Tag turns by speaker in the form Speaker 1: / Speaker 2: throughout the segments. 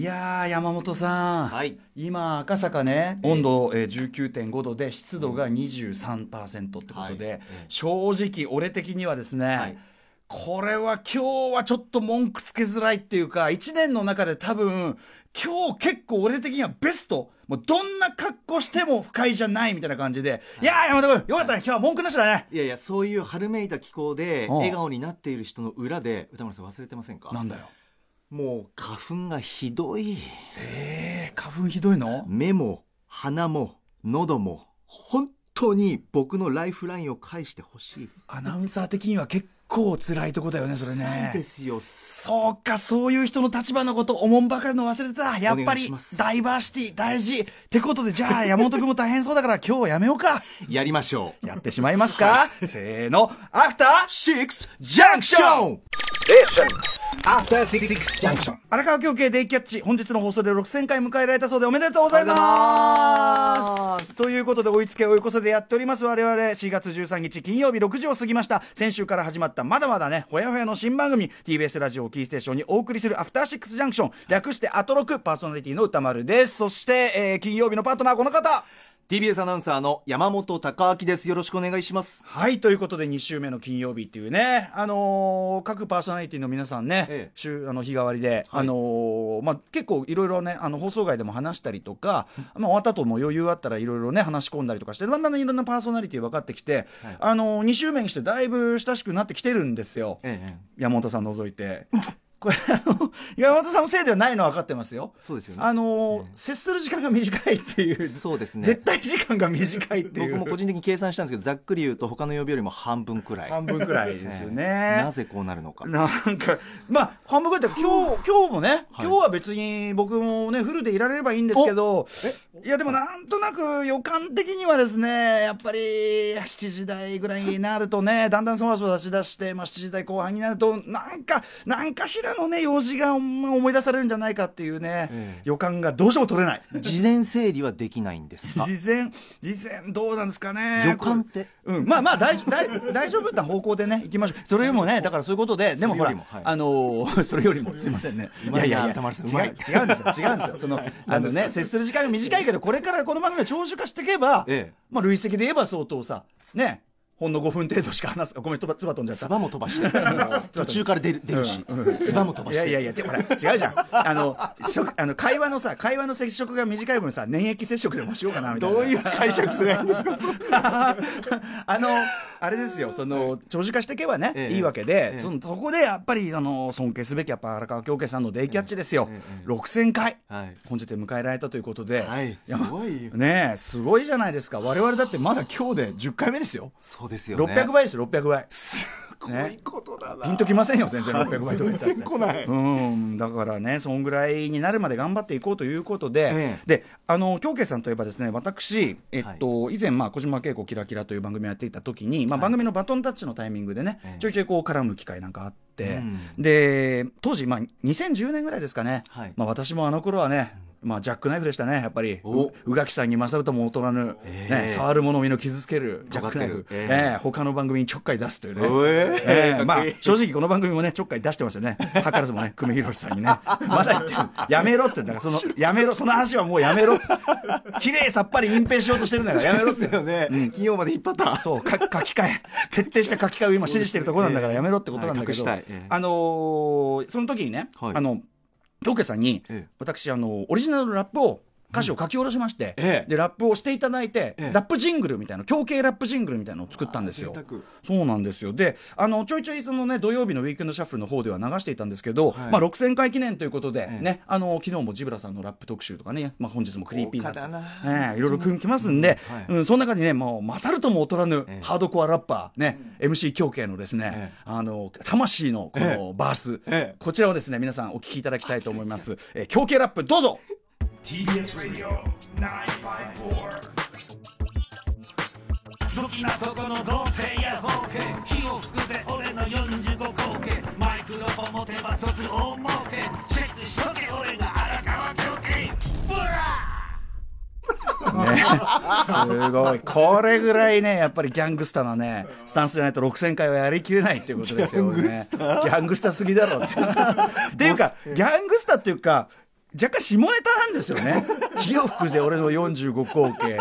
Speaker 1: いやー山本さん、
Speaker 2: はい
Speaker 1: 今、赤坂ね、
Speaker 2: ええ
Speaker 1: 温度、えー、19.5度で、湿度が23%ってことで、
Speaker 2: はいええ
Speaker 1: 正直、俺的にはですね、
Speaker 2: はい
Speaker 1: これは今日はちょっと文句つけづらいっていうか、1年の中で多分、今日結構俺的にはベスト、もうどんな格好しても不快じゃないみたいな感じで、い、やー、山本君、よかったね、今日は文句なしだね。
Speaker 2: いやいやそういう春めいた気候で
Speaker 1: うん
Speaker 2: 笑顔になっている人の裏で歌丸さん忘れてませんか
Speaker 1: なんだよ。
Speaker 2: もう花粉がひどい
Speaker 1: えー、花粉ひどいの
Speaker 2: 目も鼻も喉も本当に僕のライフラインを返してほしい
Speaker 1: アナウンサー的には結構辛いとこだよね、それね。
Speaker 2: ないですよ
Speaker 1: そうか、そういう人の立場のこと、おもんばかりの忘れてた。やっ
Speaker 2: お
Speaker 1: ぱ
Speaker 2: 願い
Speaker 1: り
Speaker 2: します、
Speaker 1: ダイバーシティ大事。ってことで、じ ゃあ、山本君も大変そうだから、今日はやめようか。
Speaker 2: やりましょう
Speaker 1: やってしまいますかせーの、アフター
Speaker 2: シックスジャンクション
Speaker 3: After Six Junction.
Speaker 1: 荒川京慶デイキャッチ、本日の放送で6000回迎えられたそうでおめでとうございますということで、追いつけ追い越せでやっております我々、4月13日金曜日6時を過ぎました。先週から始まった、まだまだね、ほやほやの新番組、TBS ラジオをキーステーションにお送りするアフターシックスジャンクション、略してアトロク、パーソナリティの歌丸です。そして、えー金曜日のパートナー、この方
Speaker 2: TBS アナウンサーの山本貴明ですよろしくお願いします
Speaker 1: はい、ということで2週目の金曜日っていうね、あのー各パーソナリティの皆さんね、
Speaker 2: ええ
Speaker 1: 週あの日替わりで、
Speaker 2: はい
Speaker 1: あのーまあ、結構いろいろね、あの放送外でも話したりと か、まあ、終わった後も余裕あったらいろいろね、話し込んだりとかして、だんだんいろんなパーソナリティ分かってきて、あのー、2週目にしてだいぶ親しくなってきてるんですよ。
Speaker 2: ええ
Speaker 1: 山本さん除いて。 これあの山本さんのせいではないのは分かってますよ。
Speaker 2: そうですよね
Speaker 1: あのー接する時間が短いっていう。
Speaker 2: そうですね
Speaker 1: 絶対時間が短いっていう。
Speaker 2: 僕も個人的に計算したんですけどざっくり言うと他の曜日よりも半分くらい
Speaker 1: 半分くらいですよね。
Speaker 2: なぜこうなるのか
Speaker 1: なんか、まあ、半分ぐらいだけど今日、今日もね、今日は別に僕もね、フルでいられればいいんですけど、いや、でもなんとなく予感的にはですね、やっぱり7時台ぐらいになるとね、 だんだんそわそわしだして、まあ、7時台後半になると、なんか、なんかしらのね、用事がまあ思い出されるんじゃないかっていうね、
Speaker 2: ええ
Speaker 1: 予感がどうしても取れない。
Speaker 2: 事前整理はできないんですか
Speaker 1: 事前、事前どうなんですかね。
Speaker 2: 予感って
Speaker 1: うん、まあまあ大丈夫大大丈夫な方向でね行きましょうそれよりもねだからそういうことででもほ
Speaker 2: それ
Speaker 1: ら
Speaker 2: よりもはい
Speaker 1: あのー それよりもすいませんねい
Speaker 2: 今
Speaker 1: やいやい
Speaker 2: い
Speaker 1: や
Speaker 2: や田丸さん
Speaker 1: 違
Speaker 2: うまいう
Speaker 1: 違うんですよ違うんですよそのあのね接する時間が短いけどこれからこの番組は長寿化していけば
Speaker 2: ええ
Speaker 1: まあ累積で言えば相当さねほんの5分程度しか話すごめんつばつば飛んじゃった
Speaker 2: つばも飛ばして 途中から出る出るしつばも飛ばして
Speaker 1: いやいやいや、ほら、違うじゃん。あの、食あの会話のさ、会話の接触が短い分 さ、粘液接触でもしようかなみたいな。
Speaker 2: どういう解釈すればいいんですか
Speaker 1: あの、あれですよ、その、長寿化していけばね、
Speaker 2: ええ
Speaker 1: いいわけで、
Speaker 2: ええ
Speaker 1: その、そこでやっぱり、あの、尊敬すべき、やっぱ荒川京慶さんのデイキャッチですよ。
Speaker 2: ええ
Speaker 1: 6000回、
Speaker 2: はい
Speaker 1: 本日で迎えられたということで。
Speaker 2: はい
Speaker 1: やます
Speaker 2: ごいよ
Speaker 1: ねえ、すごいじゃないですか。我々だってまだ今日で10回目ですよ。
Speaker 2: そうですよね
Speaker 1: 600倍ですよ、600倍。
Speaker 2: すごいことだな
Speaker 1: ピンときませんよ、先生、600倍とか言ったって
Speaker 2: 全然来ない
Speaker 1: うん、だからね、そんぐらいになるまで頑張っていこうということで、
Speaker 2: ええ
Speaker 1: で、あの、京慶さんといえばですね、私、えっと、以前、まあ、小島慶子キラキラという番組をやっていた時に、まあ、番組のバトンタッチのタイミングでね、
Speaker 2: ええ
Speaker 1: ちょいちょいこう絡む機会なんかあって、
Speaker 2: うん
Speaker 1: で、当時、まあ、2010年ぐらいですかね、
Speaker 2: はい
Speaker 1: まあ、私もあの頃はね、まあ、ジャックナイフでしたね、やっぱり。
Speaker 2: お
Speaker 1: う宇垣さんに勝るとも劣らぬ、
Speaker 2: ええ
Speaker 1: ね、触るものを身の傷つける、ジャックナイ
Speaker 2: 尖
Speaker 1: フ
Speaker 2: っ。てるええ
Speaker 1: ええ他の番組にちょっかい出すというね。
Speaker 2: おえ
Speaker 1: ええ
Speaker 2: かっ
Speaker 1: まあ
Speaker 2: こいい、
Speaker 1: 正直この番組もね、ちょっかい出してましたよね。図らずもね、久米宏さんにね。まだ言ってる。やめろって、だからその、やめろ、その話はもうやめろ。綺麗さっぱり隠蔽しようとしてるんだから、やめろ
Speaker 2: そうですよね金曜まで引っ張った
Speaker 1: そう、か書き換え、徹底した書き換えを今、指示してるところなんだから、やめろってことなんだけど、
Speaker 2: はい隠したいええ
Speaker 1: あのーその時にね、
Speaker 2: はい
Speaker 1: あの、京家さんに、
Speaker 2: ええ
Speaker 1: 私、あの、オリジナルのラップを、歌詞を書き下ろしまして、
Speaker 2: ええ
Speaker 1: で、ラップをしていただいて、
Speaker 2: ええ
Speaker 1: ラップジングルみたいな、強系ラップジングルみたいなのを作ったんですよ
Speaker 2: あー贅沢。
Speaker 1: そうなんですよ。で、あの、ちょいちょいそのね、土曜日のウィークエンドシャッフルの方では流していたんですけど、
Speaker 2: はい
Speaker 1: まあ、6000回記念ということで、
Speaker 2: ええ
Speaker 1: ね、あの、昨日もジブラさんのラップ特集とかね、まあ、本日もクリーピーナッツ
Speaker 2: 豪華だ、
Speaker 1: え
Speaker 2: な
Speaker 1: えいろいろ組んきますんで、
Speaker 2: はい
Speaker 1: うん、その中にね、もう、勝るとも劣らぬ
Speaker 2: え、え
Speaker 1: ハードコアラッパー、ね、MC 京慶のですね
Speaker 2: え、
Speaker 1: あの、魂のこ
Speaker 2: え
Speaker 1: のバース、
Speaker 2: ええ
Speaker 1: こちらをですね、皆さんお聞きいただきたいと思います。えー京慶ラップ、どうぞ
Speaker 4: TBS Radio 954武器なそこの童貞や方形火を吹くぜ俺の45口径マイクロフォン持てば即大儲けチェックしとけ俺が荒川狂犬ブラ
Speaker 1: すごい。これぐらいね、やっぱりギャングスターなね、スタンスじゃないと6000回はやりきれないっていうことですよね。ギャングスターすぎだろって。っていうか、ギャングスターっていうか、若干下ネタなんですよね「火を吹くぜ俺の45口径」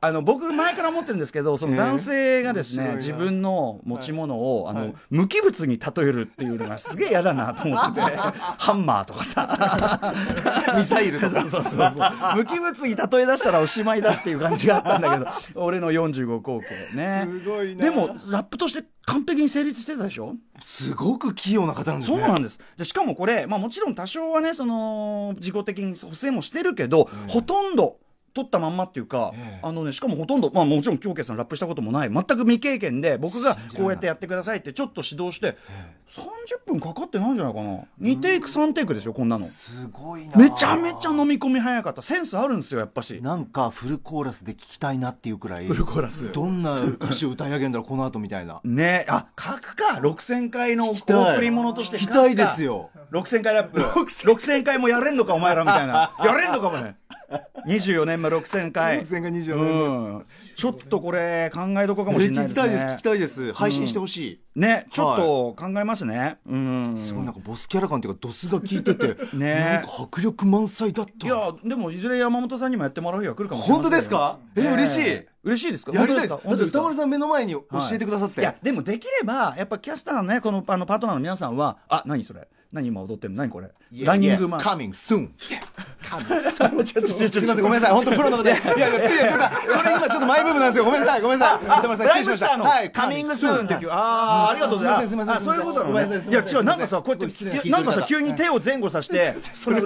Speaker 1: あの僕前から思ってるんですけどその男性がですね、
Speaker 2: 面白いな
Speaker 1: 自分の持ち物を、あの、無機物に例えるっていうのがすげえ嫌だなと思 っててハンマーとかさ
Speaker 2: ミサイルとか
Speaker 1: そうそうそうそう無機物に例え出したらおしまいだっていう感じがあったんだけ ど俺の45口径ね
Speaker 2: すごいな
Speaker 1: でもラップとして完璧に成立してたでしょ
Speaker 2: すごく器用な方なんです
Speaker 1: そう
Speaker 2: ね
Speaker 1: なんですでしかもこれ、まあ、もちろん多少はねその自己的に補正もしてるけど、ほとんど取ったまんまっていうか、
Speaker 2: ええ
Speaker 1: あのね、しかもほとんど、まあ、もちろん京慶さんラップしたこともない全く未経験で僕がこうやってやってくださいってちょっと指導して、30分かかってないんじゃないかな2テイク3テイクですよこんなの
Speaker 2: すごいな
Speaker 1: めちゃめちゃ飲み込み早かったセンスあるんですよやっぱし
Speaker 2: なんかフルコーラスで聞きたいなっていうくらい
Speaker 1: フルコーラス
Speaker 2: どんな歌詞を歌い上げるんだろうこの後みたいな
Speaker 1: ねあ書くか6000回の
Speaker 2: たい
Speaker 1: 贈り物として書くか
Speaker 2: 聞きたいですよ
Speaker 1: 6000回ラップ6000回もやれんのかお前らみたい なやれんのかお前24年目6000回
Speaker 2: 6000回24年目
Speaker 1: うんちょっとこれ考えどこかもしれない
Speaker 2: 聞
Speaker 1: です
Speaker 2: きたいです
Speaker 1: ね
Speaker 2: 聞きたいです配信してほしい、
Speaker 1: ねちょっと考えますねうん
Speaker 2: すごいなんかボスキャラ感っていうかドスが効いて て
Speaker 1: ね
Speaker 2: なんか迫力満載だった
Speaker 1: いやでもいずれ山本さんにもやってもらう日が来るかもしれませ
Speaker 2: 本当
Speaker 1: んよ
Speaker 2: ですかえ、
Speaker 1: ね
Speaker 2: 嬉しい
Speaker 1: 嬉しいですか
Speaker 2: やりたいですだ
Speaker 1: 本当
Speaker 2: って
Speaker 1: ですか
Speaker 2: 歌丸さん目の前に教
Speaker 1: はい
Speaker 2: えてくださって、
Speaker 1: いやでもできればやっぱキャスターのねこのあのパートナーの皆さんはあ何それ何今踊ってるの何これランニングマン
Speaker 2: coming soon
Speaker 1: ちょっとちょっと
Speaker 2: すみませんごめんなさい本当プロの方でいやいやついやちょっとそれ今ちょっとマイブームなんですよごめんなさいごめんなさい歌丸さ ん
Speaker 1: ライ
Speaker 2: 失
Speaker 1: ブス
Speaker 2: 礼し
Speaker 1: タ
Speaker 2: ました
Speaker 1: ーの
Speaker 2: はい
Speaker 1: カミングスーンっていう、
Speaker 2: coming soon
Speaker 1: ああ、ありがとうございます。
Speaker 2: すいません
Speaker 1: あ
Speaker 2: すいませ
Speaker 1: そういう
Speaker 2: ん
Speaker 1: ことな
Speaker 2: ごめん
Speaker 1: の
Speaker 2: なさい
Speaker 1: ね
Speaker 2: す。
Speaker 1: い
Speaker 2: い
Speaker 1: や、
Speaker 2: ません
Speaker 1: 違う、なんかさ、こうやっ
Speaker 2: すごい失礼な
Speaker 1: て、いやなんかさ、急に手を前後させて、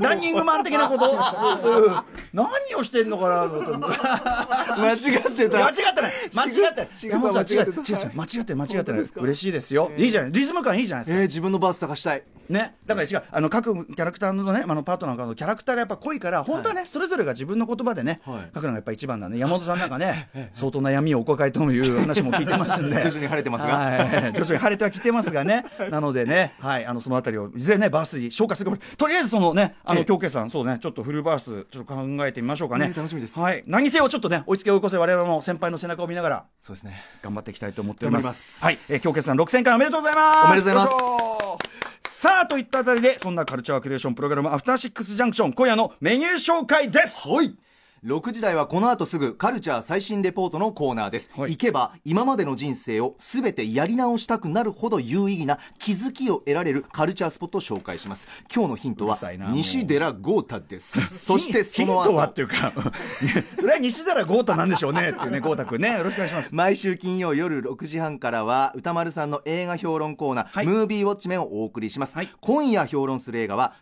Speaker 1: ランニングマン的なことそういう、何をしてんのかなと思って。
Speaker 2: 間違ってた
Speaker 1: 間違ってない間違ってない
Speaker 2: 違う
Speaker 1: 山本さん
Speaker 2: 違
Speaker 1: 違
Speaker 2: う
Speaker 1: う違う違う間違ってない間違ってない
Speaker 2: 本当ですか
Speaker 1: 嬉しいですよ。いいじゃないリズム感いいじゃないですか
Speaker 2: えー、自分のバース探したい
Speaker 1: ね、だから違うあの各キャラクターのねあのパートナーのキャラクターがやっぱ濃いから本当はね、それぞれが自分の言葉でね、
Speaker 2: はい
Speaker 1: 書くのがやっぱ一番なんで山本さんなんか ね相当悩みをお抱えという話も聞いてますんで
Speaker 2: 徐々に晴れてますが
Speaker 1: はい徐々に晴れてはきてますが ねなのでね、はい、あのそのあたりをいずれねバースに消化するかもしれないとりあえずそのねあ
Speaker 2: え
Speaker 1: の
Speaker 2: え
Speaker 1: 京慶さんそうねちょっとフルバースちょっと考えてみましょうかね、
Speaker 2: ね楽しみです
Speaker 1: はい、何せよちょっとね追いつけ追い越せ我々も先輩の背中を見ながら
Speaker 2: そうですね
Speaker 1: 頑張っていきたいと思っております
Speaker 2: 頑張ります
Speaker 1: はい、えー、京慶さん6000回おめでとうございます
Speaker 2: おめでとうござい
Speaker 1: よ
Speaker 2: ます
Speaker 1: いしょさあといったあたりでそんなカルチャークリエーションプログラム「アフターシックスジャンクション」今夜のメニュー紹介です
Speaker 2: はい6時台はこの後すぐカルチャー最新レポートのコーナーです、
Speaker 1: はい
Speaker 2: 行けば今までの人生を全てやり直したくなるほど有意義な気づきを得られるカルチャースポットを紹介します今日のヒント
Speaker 1: うる
Speaker 2: は
Speaker 1: さいなもう
Speaker 2: 西寺豪太です そしてその
Speaker 1: ヒントはっ
Speaker 2: 後
Speaker 1: ていうか それは西寺豪太なんでしょうねっていうね豪太くんねよろしくお願いします
Speaker 2: 毎週金曜夜6時半からは歌丸さんの映画評論コーナー、
Speaker 1: はい
Speaker 2: ムービーウォッチメンをお送りします、
Speaker 1: はい
Speaker 2: 今夜評論する映画は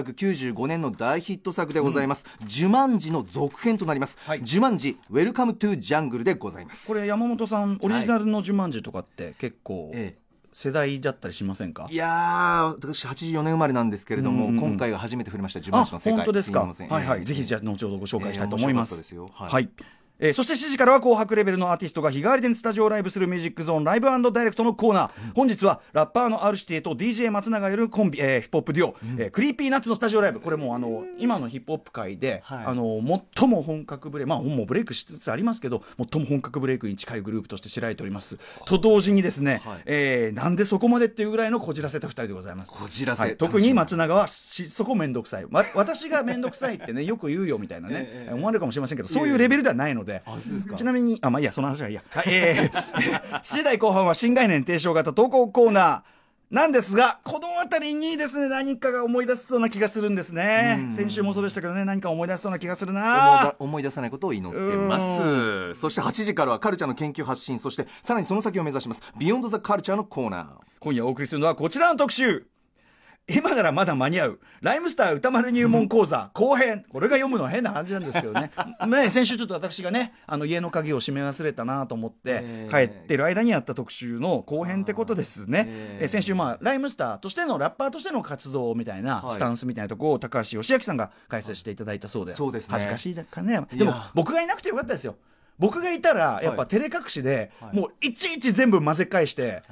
Speaker 2: 1995年の大ヒット作でございます、ジュマンジの続編となります、
Speaker 1: はい
Speaker 2: ジュマンジウェルカムトゥジャングルでございます
Speaker 1: これ山本さんオリジナルの「呪文字」とかって結構
Speaker 2: ええ
Speaker 1: 世代だったりしませんか、
Speaker 2: いやー、私84年生まれなんですけれども、今回が初めて触れました、ジュマ
Speaker 1: あ
Speaker 2: ンジの世界。
Speaker 1: 本当です
Speaker 2: い
Speaker 1: か
Speaker 2: ません
Speaker 1: はいは
Speaker 2: え
Speaker 1: い
Speaker 2: ー
Speaker 1: ぜひじゃあ後ほどご紹介したいと思います,、
Speaker 2: えー面白かったですよは
Speaker 1: はい
Speaker 2: い、
Speaker 1: えーそして7時からは紅白レベルのアーティストが日替わりでスタジオライブするミュージックゾーンライブダイレクトのコーナー、本日はラッパーの R シティと DJ 松永よるコンビ、えーヒップホップデュオ、えークリーピーナッツのスタジオライブこれもうあの今のヒップホップ界で、
Speaker 2: はい
Speaker 1: あの最も本格ブレイクまあもうブレイクしつつありますけど最も本格ブレイクに近いグループとして知られておりますと同時にですね、
Speaker 2: はい
Speaker 1: えーなんでそこまでっていうぐらいのこじらせた2人でございます
Speaker 2: こじらせ
Speaker 1: はい特に松永はしそこ面倒くさいわ私が面倒くさい ってねよく言うよみたいなね、思われるかもしれませんけどそういうレベルではないのでちなみにあまあいいやその話はいいや、はいえ ー、7時台後半は新概念提唱型投稿コーナーなんですがこの辺りにですね何かが思い出しそうな気がするんですね先週もそうでしたけどね何か思い出しそうな気がする
Speaker 2: 思い出
Speaker 1: な
Speaker 2: 思い出さないことを祈ってますそして8時からはカルチャーの研究発信そしてさらにその先を目指します「ビヨンド・ザ・カルチャー」のコーナ
Speaker 1: 今夜お送りするのはこちらの特集今ならまだ間に合うライムスター歌丸入門講座後編これが読むのは変な感じなんですけどね ね先週ちょっと私がねあの家の鍵を閉め忘れたなと思って
Speaker 2: え
Speaker 1: 帰
Speaker 2: ー
Speaker 1: ってる間にやった特集の後編ってことですね、
Speaker 2: えー
Speaker 1: え先週まあライムスターとしてのラッパーとしての活動みたいな
Speaker 2: はい
Speaker 1: スタンスみたいなとこを高橋義明さんが解説していただいたそうで
Speaker 2: そうですね
Speaker 1: 恥ずかしいかねでも僕がいなくてよかったですよ僕がいたらやっぱ照れ隠しで、
Speaker 2: はい
Speaker 1: もういちいち全部混ぜ返して、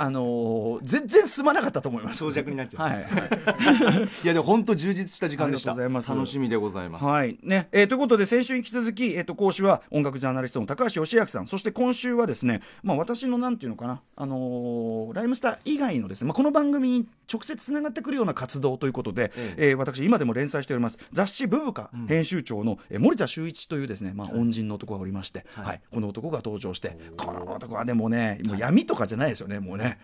Speaker 1: あのー全然進まなかったと思い ます
Speaker 2: 長尺になっちゃう
Speaker 1: はい、
Speaker 2: いやでも本当充実した時間でした
Speaker 1: ありがとうございます
Speaker 2: 楽しみでございます、
Speaker 1: はいねえーということで先週に引き続き、えー、と講師は音楽ジャーナリストの高橋義明さんそして今週はですね、まあ、私のなんていうのかな、あのーライムスター以外のですね、まあ、この番組に直接つながってくるような活動ということで、え
Speaker 2: え
Speaker 1: ー私今でも連載しております雑誌「ブブカ」編集長の、えー森田修一というですね、まあ、恩人の男がおりまして、はいこの男が登場してこの男はでもねもう闇とかじゃないですよねもうね。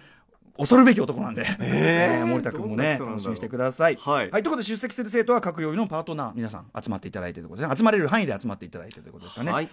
Speaker 1: 恐るべき男なんで、えー森田君もね
Speaker 2: どんな人なんだろう
Speaker 1: 楽しみにしてください。
Speaker 2: はい
Speaker 1: はい、ということで出席する生徒は各曜日のパートナー皆さん集まっていただいてということですね集まれる範囲で集まっていただいてということですかねは
Speaker 2: はいい、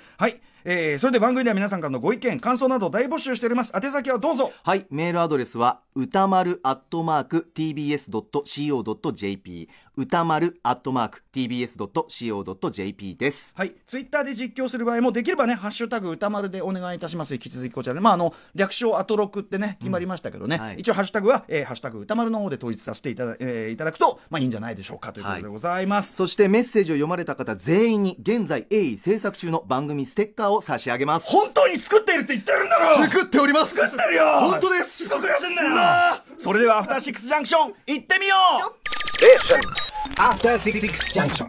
Speaker 1: えーそれで番組では皆さんからのご意見感想などを大募集しております宛先はどうぞ
Speaker 2: はい、メールアドレスは歌丸アットマーク tbs.co.jp 歌丸アットマーク tbs.co.jp です。
Speaker 1: はい、ツイッターで実況する場合もできればね「ハッシュタグ歌丸」でお願いいたします引き続きこちらで、まあ、あの略称アトロクってね決まりましたけどね、
Speaker 2: はい
Speaker 1: 一応「ハッシュタグは」えーハッシュタグ歌丸」の方で統一させていただ,、えーいただくと、まあ、いいんじゃないでしょうかということでございます、
Speaker 2: そしてメッセージを読まれた方全員に現在鋭意制作中の番組ステッカーを差し上げます。
Speaker 1: 本当に作っているって言ってるんだろ
Speaker 2: 作っております
Speaker 1: 作ってるよ
Speaker 2: 本当です
Speaker 1: しつこく痩せんなよそれではアフターシックスジャンクション行ってみよう
Speaker 3: Listen. After Six Junction.